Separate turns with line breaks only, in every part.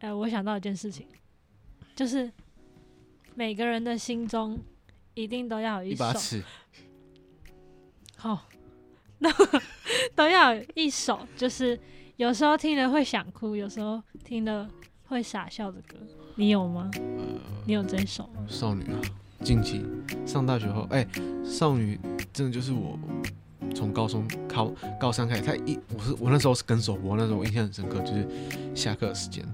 哎、我想到一件事情，就是每个人的心中一定都要有
一
首
把尺，
好、那 都要有一首，就是有时候听了会想哭，有时候听了会傻笑的歌。你有吗？
呃
你有这一首吗？
少女啊，近期上大学后，哎、少女真的就是我从高中考高三开始，她一我是我那时候是跟首播，那时候我印象很深刻，就是下课时间，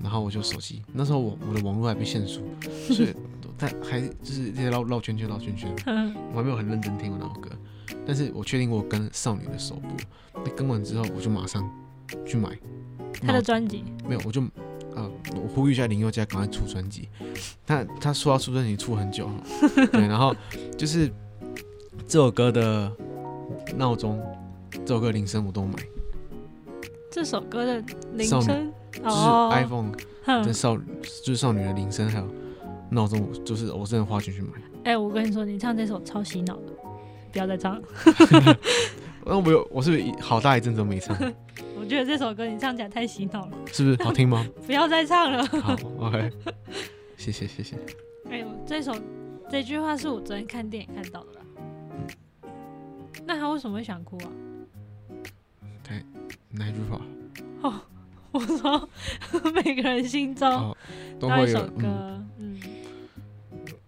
然后我就手机，那时候我我的网络还被限速，所以但还就是在绕绕圈圈绕圈圈，我还没有很认真听过那首歌，但是我确定我有跟少女的首播，那跟完之后我就马上去买，
他的专辑
没有，我就呃，我呼吁一下林宥嘉赶快出专辑。他他说要出专辑出很 久哈，对，然后就是这首歌的闹钟，这首歌铃声我都买，
这首歌的铃
少女
声
就是
哦，
iPhone
哼
跟少、就是少女的铃声还有闹钟，我就是我真的花钱去买。
哎、我跟你说，你唱这首超洗脑的，不要再唱了。
那我有我是不是一好大一阵子都没唱，
我觉得这首歌你唱起来太洗脑了，
是不是好听吗？
不要再唱了。
好，OK，谢谢谢谢。
哎、我这首这句话是我昨天看电影看到的啦。那他为什么会想哭啊？
哪一句话？
哦，我说每个人心中
哦，都
有
会
一
有
首
嗯
歌，嗯，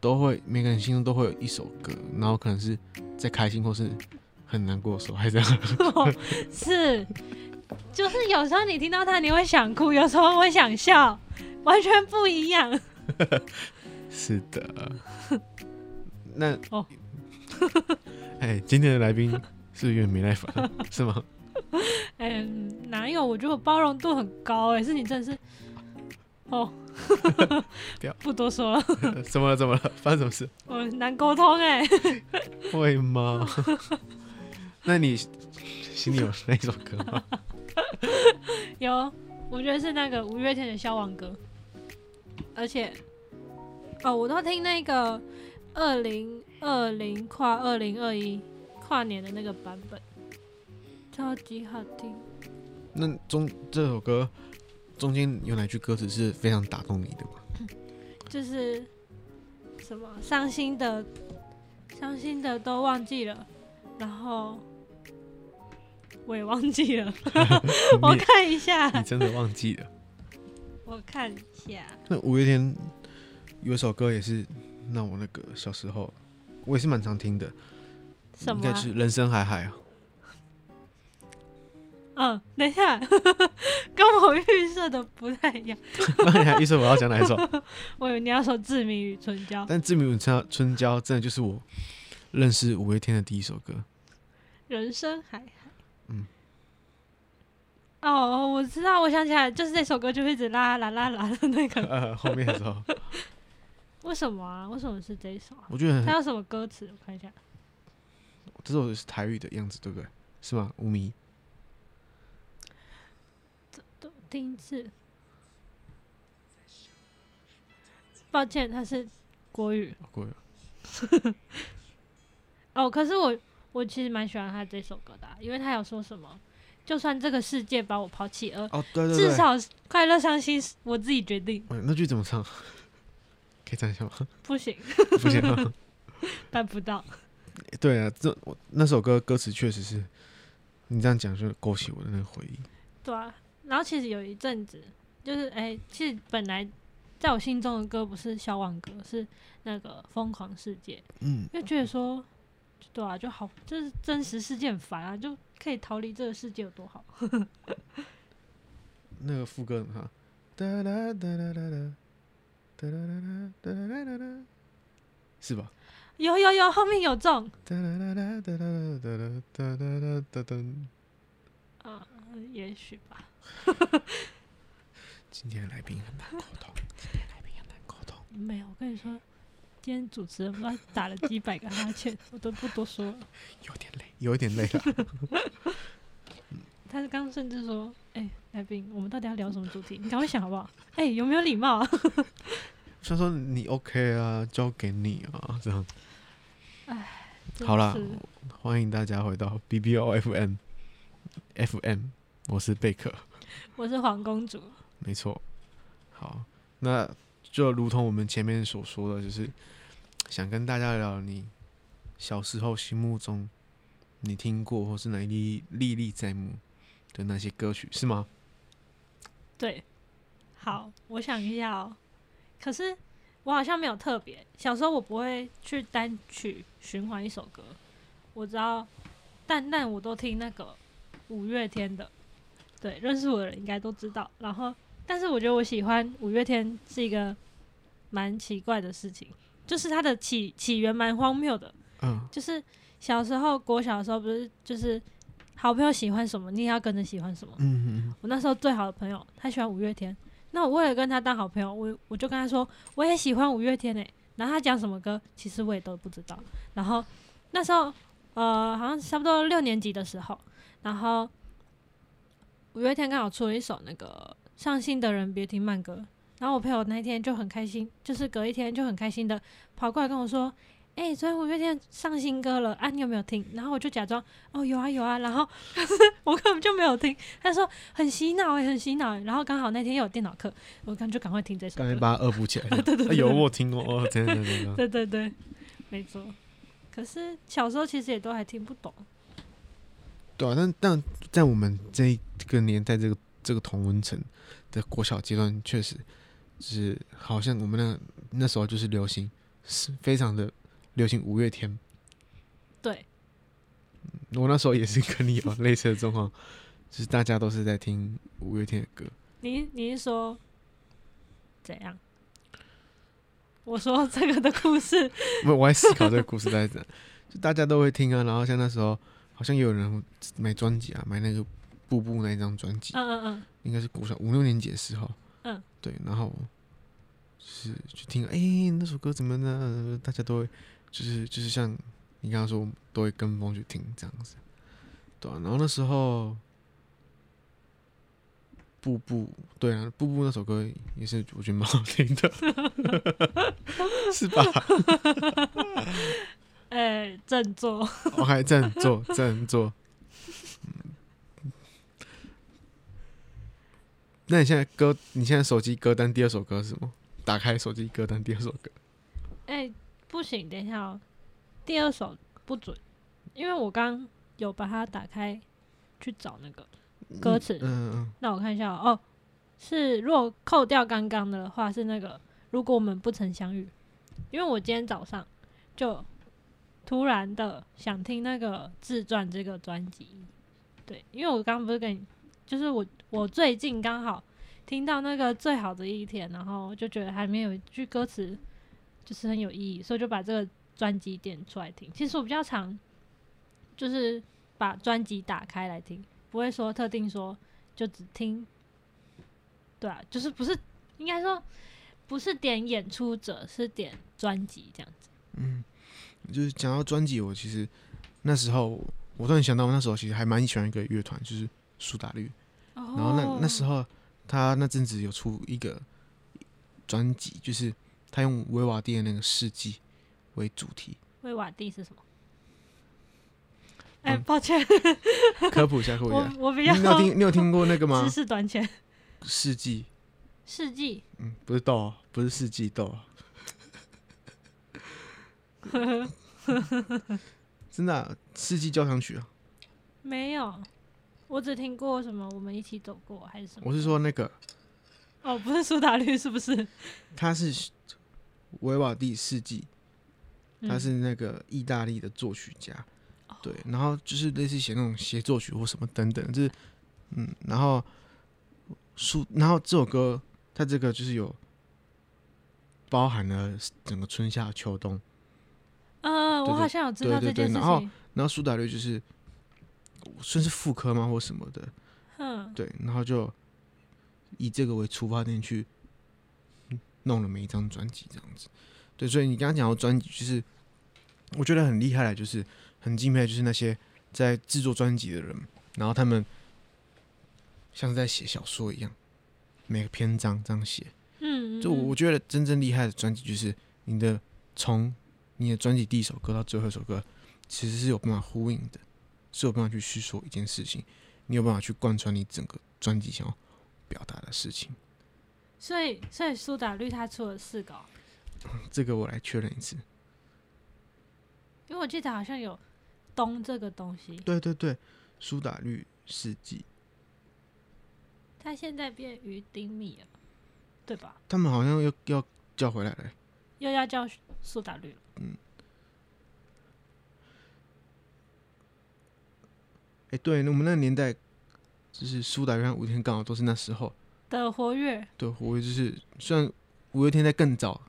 都会每个人心中都会有一首歌，然后可能是在开心或是很难过的时候，还是这样。
嗯 哦是，就是有时候你听到它，你会想哭，有时候会想笑，完全不一样。
是的。那
哦，
哎，今天的来宾是不是有点没耐烦，啊是吗？，
哎、哪有？我觉得我包容度很高、哎，是你真的是，哦
不要
不多说了，
怎么了？怎么了？发生什么事？
我很难沟通、哎，
会吗？那你心里有那一首歌吗？
有，我觉得是那个五月天的《消亡歌》，而且，哦，我都听那个二零二零跨二零二一跨年的那个版本，超级好听。
那中这首歌中间有哪句歌词是非常打动你的吗？
就是什么伤心的，伤心的都忘记了，然后我也忘记 了，我
你
看一下，
你真的忘记了？
我看一下，
那五月天有一首歌也是让我那个小时候，我也是蛮常听的，
什
应
么
该
啊、
就是《人生海海》啊。
嗯，等一下， 跟我预设的不太一样，
那你还预测我要讲哪一首？
我以为你要说《志明与春娇》，《
但《志明与春春娇》真的就是我认识五月天的第一首歌。
人生海海》。
嗯。
哦，我知道，我想起来，就是这首歌就会一直啦啦啦啦的那 个，
呃，后面的时候，
为什么啊？为什么是这一首啊？
我觉得
它
很
有什么歌词？我看一下。
这首是台语的样子，对不对？是吗？无迷
都第一次。抱歉，它是国语
过了
哦。可是我我其实蛮喜欢他这首歌的啊、因为他有说什么，就算这个世界把我抛弃，而
哦，对对对，
至少快乐伤心是我自己决定。
喂那句怎么唱？ 可以唱一下吗？
不行，
不行啊。
办不到。
对啊，这我那首歌歌词确实是，你这样讲就勾起我的那个回忆。
对啊，然后其实有一阵子，就是哎、其实本来在我心中的歌不是消亡歌，是那个疯狂世界。
嗯，
因为觉得说，对啊，就好，就是真实世界很烦啊，就可以逃离这个世界有多好。
那个副歌哈，哒啦哒啦啦啦，哒啦啦啦哒啦啦啦啦，是吧？
有有有，后面有中
哒啦啦啦哒啦啦哒啦哒啦啦哒噔。
啊、也许吧。
今天的来宾很难沟通，今天的来宾很难沟通。
没有，我跟你说，今天主持人不知道打了几百个哈欠，我都不多说了。
有点累，有点累 了。
他刚甚至说，哎、来宾，我们到底要聊什么主题？你赶快想好不好？哎、有没有礼貌、 啊？
虽然说你 OK 啊，交给你啊，这样好啦
真是，
欢迎大家回到 BBOFM FM，我是贝克，
我是黄公主。
没错。好，那就如同我们前面所说的，就是想跟大家聊聊你小时候心目中你听过或是哪历历历在目的那些歌曲，是吗？
对，好，我想一下哦。可是我好像没有特别，小时候我不会去单曲循环一首歌，我知道，但但我都听那个五月天的，对，认识我的人应该都知道。然后，但是我觉得我喜欢五月天是一个蛮奇怪的事情，就是它的起起源蛮荒谬的，
嗯，
就是小时候国小的时候不是就是好朋友喜欢什么，你也要跟着喜欢什么。
嗯
我那时候最好的朋友，他喜欢五月天。那我为了跟他当好朋友，我我就跟他说，我也喜欢五月天诶、欸然后他讲什么歌，其实我也都不知道。然后那时候，呃，好像差不多六年级的时候，然后五月天刚好出了一首那个《伤心的人别听慢歌》，然后我朋友那一天就很开心，就是隔一天就很开心的跑过来跟我说。哎、昨天五月天上新歌了啊！你有没有听？然后我就假装哦有啊有啊，然后 可是我根本就没有听。他说很洗脑哎、很洗脑、欸。然后刚好那天又有电脑课，我刚就赶快听这首
刚
歌
才。把它恶补起来了，
对对对
啊有我有听过，哦，真的真的 真的，
对对对，没错。可是小时候其实也都还听不懂，
对啊，但但在我们这个年代，这个这个同温层的国小阶段，确实就是好像我们那那时候就是流行，是非常的流行五月天。嗯
对，
我那时候也是跟你有类似的状况，就是大家都是在听五月天的歌，
你你是说怎样？我说这个的故事，
我我还思考这个故事在怎，就大家都会听啊。然后像那时候，好像也有人买专辑啊，买那个步步那一张专辑，
嗯嗯嗯，
应该是国小五六年级的时候，
嗯，
对，然后就是去听，哎、那首歌怎么呢？大家都会，就是就是像你刚刚说，都会跟风去听这样子，对啊，然后那时候，步步，对啊，步步那首歌也是我觉得蛮好听的，是吧？
哎、振作，
我还这样做，这样做。嗯那你现在歌，你现在手机歌单第二首歌是什么？打开手机歌单第二首歌，
哎、不行，等一下哦，第二首不准，因为我刚有把它打开去找那个歌词，
嗯嗯，
让我看一下哦，哦是如果扣掉刚刚的话，是那个如果我们不曾相遇，因为我今天早上就突然的想听那个自传这个专辑，对，因为我刚刚不是跟你，就是我我最近刚好听到那个最好的一天，然后就觉得还没有一句歌词就是很有意义，所以就把这个专辑点出来听。其实我比较常就是把专辑打开来听，不会说特定说就只听，对啊，就是不是应该说不是点演出者，是点专辑这样子。
就是讲到专辑，我其实那时候我突然想到，我那时候其实还蛮喜欢一个乐团，就是苏打绿。
然
然后那那时候他那阵子有出一个专辑，就是他用维瓦蒂的那个事迹为主题，
威瓦蒂是什么？哎、
嗯
抱歉，
科普一下，科普 一
我
下。
我比
你
较
你有听你有听过那个吗
知？识短浅。
事迹
世纪，
嗯，不是豆哦，不是四季豆哦，真的啊、四季交响曲啊！
没有，我只听过什么我们一起走过还是什么？
我是说那个，
哦，不是苏打绿是不是？
它是维瓦第四季，
嗯
他是那个意大利的作曲家，对，然后就是类似写那种协奏曲或什么等等，就是嗯，然后苏，然后这首歌它这个就是有包含了整个春夏秋冬，
嗯，我
对对
好像有知道这
对对对
件事
然后
情。
然后苏打绿就是算是副科吗或什么的，
嗯，
对，然后就以这个为出发点去弄了每一张专辑这样子。对，所以你刚刚讲到专辑，就是我觉得很厉害的，就是很敬佩，就是那些在制作专辑的人，然后他们像是在写小说一样，每个篇章这样写。
嗯，嗯
就我我觉得真正厉害的专辑，就是你的从你的专辑第一首歌到最后一首歌，其实是有办法呼应的，是有办法去叙说一件事情，你有办法去贯穿你整个专辑想要表达的事情。
所以所以苏打绿他出了四个哦、
这个我来确认一次。
因为我记得好像有冬这个东西，
对对对，苏打绿四季，
它现在变鱼丁米了，对吧？
他们好像又要叫回来了欸。
又要叫苏打绿了。
哎、对，那我们那个年代，就是苏打绿和五月天刚好都是那时候。
的活跃，
对，五月就是虽然五月天在更早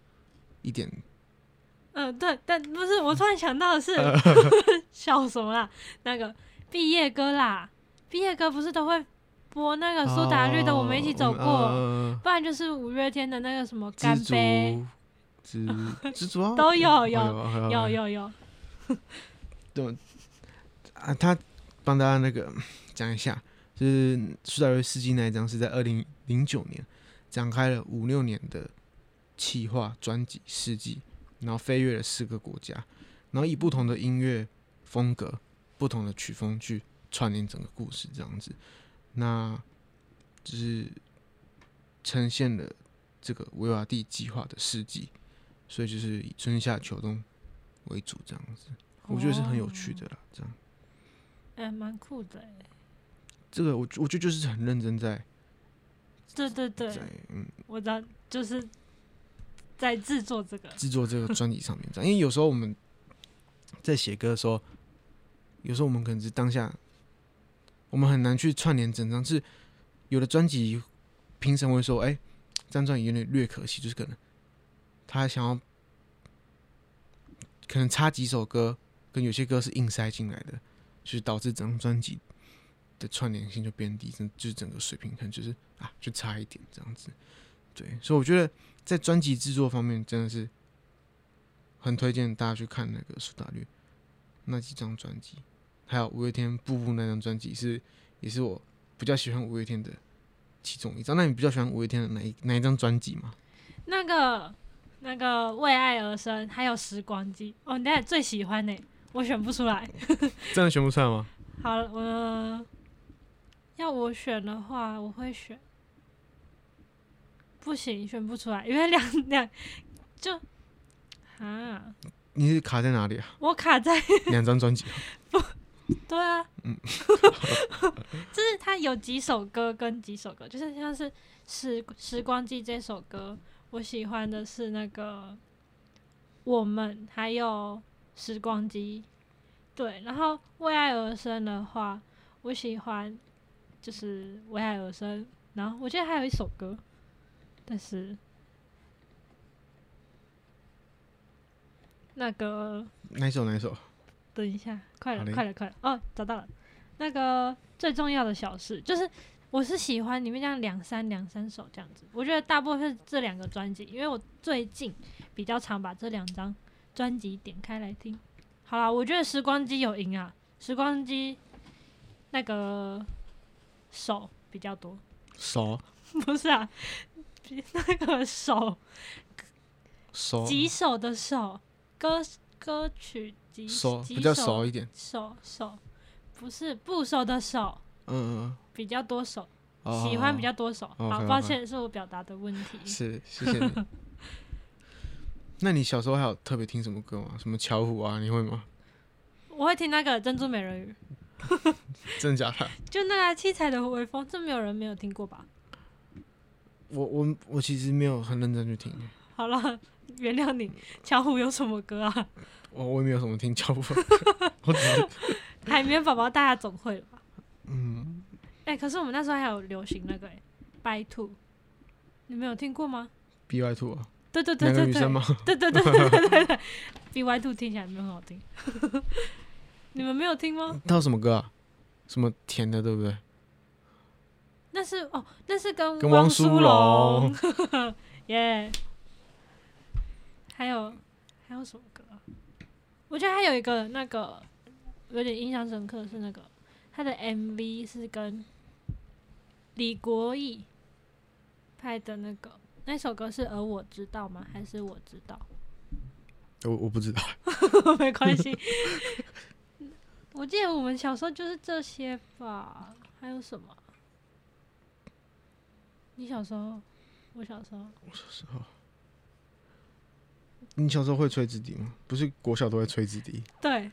一点，
嗯、对，但不是我突然想到的 是，笑什么啦？那个毕业歌啦，毕业歌不是都会播那个呃苏打绿的《我们一起走过》
哦呃
不然就是五月天的那个什么干
知足
杯，，
知 知足啊
都有
哦
有
有
有有有，
啊，他帮大家那个讲一下，就是苏打绿四季那一张是在二零零九年展开了五六年的企划专辑四季，然后飞跃了四个国家，然后以不同的音乐风格、不同的曲风去串联整个故事，这样子，那就是呈现了这个维瓦蒂计划的四季，所以就是以春夏秋冬为主这样子，我觉得是很有趣的啦，这样。
哎、蛮酷的欸。
这个我我觉得就是很认真在
对对对
在，嗯
我知道，就是在制作这个，
制作这个专辑上面这样，因为有时候我们在写歌的时候，有时候我们可能是当下，我们很难去串联整张，是有的专辑评审会说，哎、哎这张专辑有点略可惜，就是可能他想要可能插几首歌，跟有些歌是硬塞进来的，就是导致整张专辑的串联性就变低，整就是整个水平可能就是啊就差一点这样子。对，所以我觉得在专辑制作方面真的是很推荐大家去看那个苏打绿那几张专辑，还有五月天《步步》那张专辑是也是我比较喜欢五月天的其中一张。那你比较喜欢五月天的哪一哪一张专辑吗？
那个那个为爱而生，还有时光机，哦，你俩最喜欢呢、我选不出来。
真的选不出来吗？
好了，我、要我选的话，我会选。不行，选不出来，因为两两就啊，
你是卡在哪里啊？
我卡在
两张专辑啊，
对啊，
嗯
就是他有几首歌跟几首歌，就是像是《时时光机》这首歌，我喜欢的是那个我们还有《时光机》，对，然后为爱而生的话，我喜欢就是为爱而生，然后我记得还有一首歌，但是那个
哪一首哪一首？
等一下，快
好
了，
嘞
快了，快了！哦，找到了，那个最重要的小事就是，我是喜欢里面这样两三两三首这样子。我觉得大部分是这两个专辑，因为我最近比较常把这两张专辑点开来听。好啦，我觉得时光机有赢啊，时光机那个手比较多，
手
不是啊， 比那个手
手
几首的手歌歌曲几
手
几
比较
首
熟一点，
手手，不是部首的手，
嗯嗯
比较多手，
嗯，
喜欢
哦
比较多手。
哦
好，
，OK，
抱
OK
歉，是我表达的问题。
是，谢 谢你。那你小时候还有特别听什么歌吗？什么巧虎啊，你会吗？
我会听那个珍珠美人鱼，
真的假的？
就那个七彩的微风，这没有人没有听过吧？
我我我其实没有很认真去听，
好了，原谅你。巧虎有什么歌啊？
我我也没有什么听巧虎 的歌，我只是
海绵宝宝大家总会了吧？
嗯，
哎、可是我们那时候还有流行那个哎、白兔，你们有听过吗？
B Y Two 啊，
对对对
两个
对
女
对
生，吗？
对对对对对对对，B Y Two 听起来没有很好听，你们没有听吗？
他有什么歌啊？什么甜的，对不对？
那是哦，那是跟
跟
汪
汪苏
苏
泷
耶。还有还有什么歌啊？我觉得还有一个那个有点印象深刻的是那个他的 MV 是跟李国毅拍的那个那首歌是《而我知道》吗？还是我知道？
我我不知道，
没关系。我记得我们小时候就是这些吧，还有什么？你小时候我小时候
你小时候会吹纸笛吗？不是国小都会吹纸笛，
对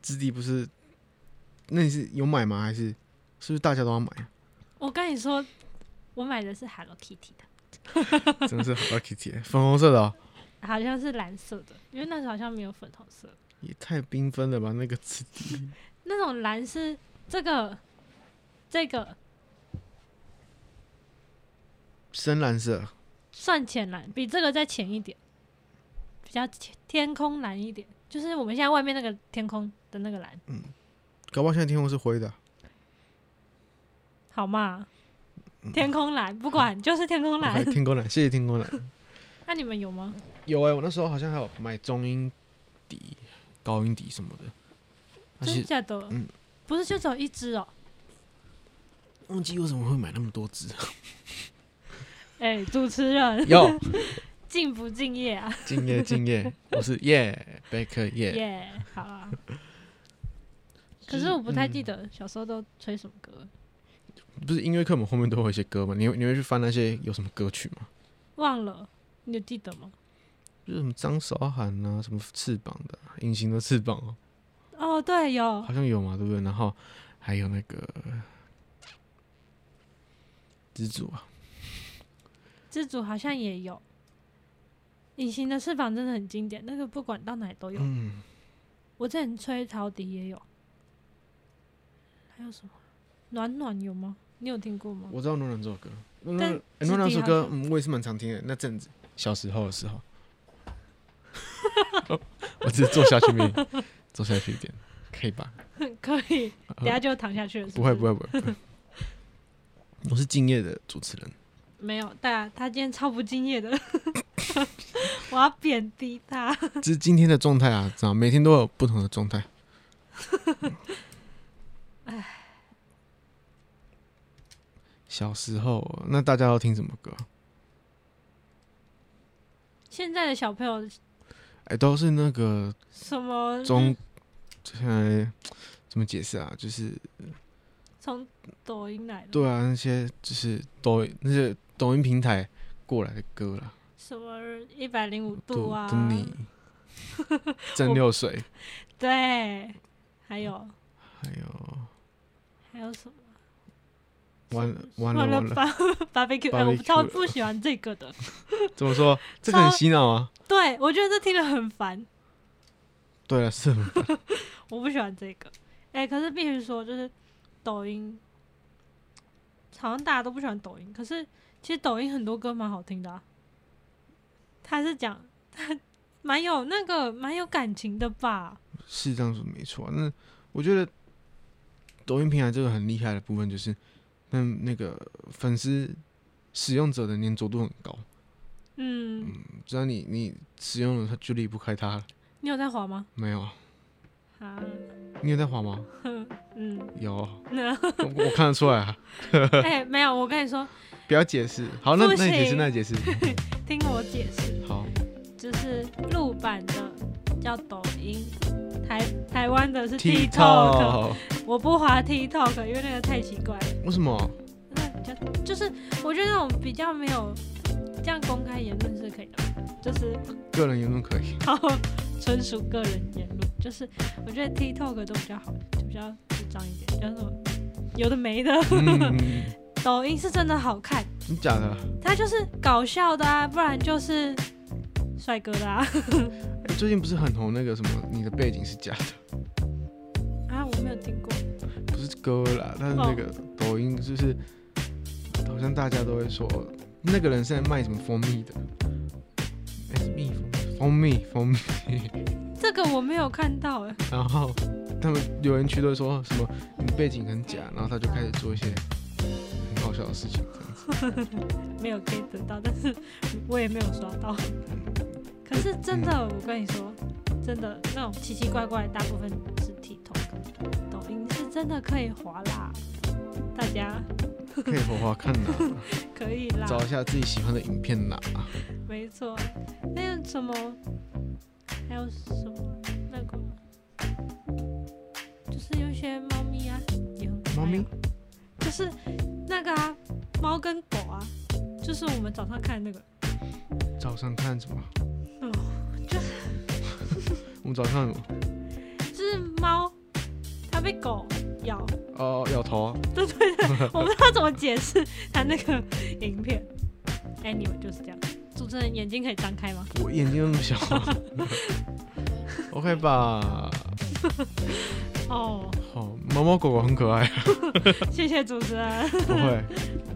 纸笛不是？那你是有买吗？还是是不是大家都要买？啊
我跟你说，我买的是 Hello Kitty 的，
真的是 Hello Kitty，粉红色的、哦，
好像是蓝色的，因为那时候好像没有粉红色。
也太缤纷了吧！那个纸笛，
那种蓝是这个这个
深蓝色，
算浅蓝，比这个再浅一点，比较浅天空蓝一点，就是我们现在外面那个天空的那个蓝，
搞不好现在天空是灰的啊。
好嘛？天空蓝，不管就是天空蓝
嗯 OK，。天空蓝，谢谢天空蓝。
那你们有吗？
有哎、我那时候好像还有买中音笛、高音笛什么的，但
真
是
假的
嗯？
不是就只有一只哦？
忘记为什么会买那么多支。
哎，主持人
有
敬不敬业啊？
敬业敬业，我是耶贝克耶。
耶，好啊。可是我不太记
嗯
得小时候都吹什么歌，
不是音乐课，我们后面都会有一些歌嘛？你会你会去翻那些有什么歌曲吗？
忘了，你有记得吗？
就是什么张韶涵啊，什么翅膀的啊、隐形的翅膀哦、
哦，对，有
好像有嘛，对不对？然后还有那个知足啊，
知足好像也有，隐形的翅膀真的很经典，那个不管到哪里都有。
嗯，
我之前吹陶笛也有，还有什么？暖暖有吗？你有听过吗？
我知道暖暖这首歌，暖
但
暖
知
欸暖暖这
笛
首
好
歌，
像
嗯，我也是蛮常听的。那阵子小时候的 时候，我只是坐下去面，坐下去一点，可以吧？
可以，等下就躺下去了是
呃不会不
会，
会不会，不会我是敬业的主持人。
没有，对啊，他今天超不敬业的， 我要贬低他。
这是今天的状态啊，知道每天都有不同的状态。小时候，那大家要听什么歌啊？
现在的小朋友
哎、都是那个
什么
中，呃，怎么解释啊？就是
从抖音来的，
对啊，那些就是抖那些抖音平台过来的歌啦，
什么一百零五
对
度啊，
的 你，蒸馏水，哎
对，还有
还有
还有什么？
完了完了
完了
完了，
吧，barbecue，哎，我
Barbecue
超
了
不喜欢这个的。
怎么说？这个很
超
洗脑啊。
对，我觉得这听得很烦，
对啊，是很烦
我不喜欢这个。哎、可是必须说，就是抖音，好像大家都不喜欢抖音，可是其实抖音很多歌蛮好听的、啊。他是讲他蛮有那个蛮有感情的吧？嗯
是这样说没错啊。那我觉得抖音平台这个很厉害的部分就是，那那个粉丝使用者的粘着度很高，
嗯，
只要你你使用了，它就离不开它了。
你有在滑吗？
没有啊，
啊，
你有在滑吗？
嗯，
有啊，
那
我我看得出来啊。
哎、没有，我跟你说，
不要解释。好，那
不
那你解释，
行
那你 解释。
听我解释。
好，
就是陆版的叫抖音，台台湾的是 TikTok。
TikTok
我不滑 TikTok，因为那个太奇怪了，
为什么？
那比较就是我觉得那种比较没有这样公开言论是可以的，就是
个人言论可 以，
好 纯属个人言论，就是我觉得 TikTok 都比较好，就比较智障一点，叫什么有的没 的。
嗯，
抖音是真的好看，
真假的？啊
它就是搞笑的啊，不然就是帅哥的啊。
哎最近不是很红那个什么，你的背景是假的，
啊，我没有听过。
不是歌啦，但是那个抖音就是，好像大家都会说那个人是在卖什么蜂蜜的，哎，是蜜蜂，蜂蜜，蜂蜜，
这个我没有看到哎、
然后他们留言区都会说什么你背景很假，然后他就开始做一些很好笑的事情，这样子。
没有 get 到，但是我也没有刷到。
嗯
可是真的，我跟你说，真的那种奇奇怪怪，大部分是 TikTok，抖音是真的可以滑啦，大家
可以滑滑看 啊啦，
可以啦，
找一下自己喜欢的影片啦。
没错。那个什么，还有什么那个，就是有一些猫咪啊，也很可爱啊
猫咪，
就是那个啊，猫跟狗啊，就是我们早上看那个，
早上看什么？
哦，
我们早上有
就是猫它被狗咬，
哦摇头啊，
对对对， 我不知道怎么解释它那个影片。Anyway，就是这样。主持人眼睛可以张开吗？
我眼睛那么小啊 ，OK 吧？
哦，
好、猫猫狗狗很可爱，
谢谢主持人。
不会。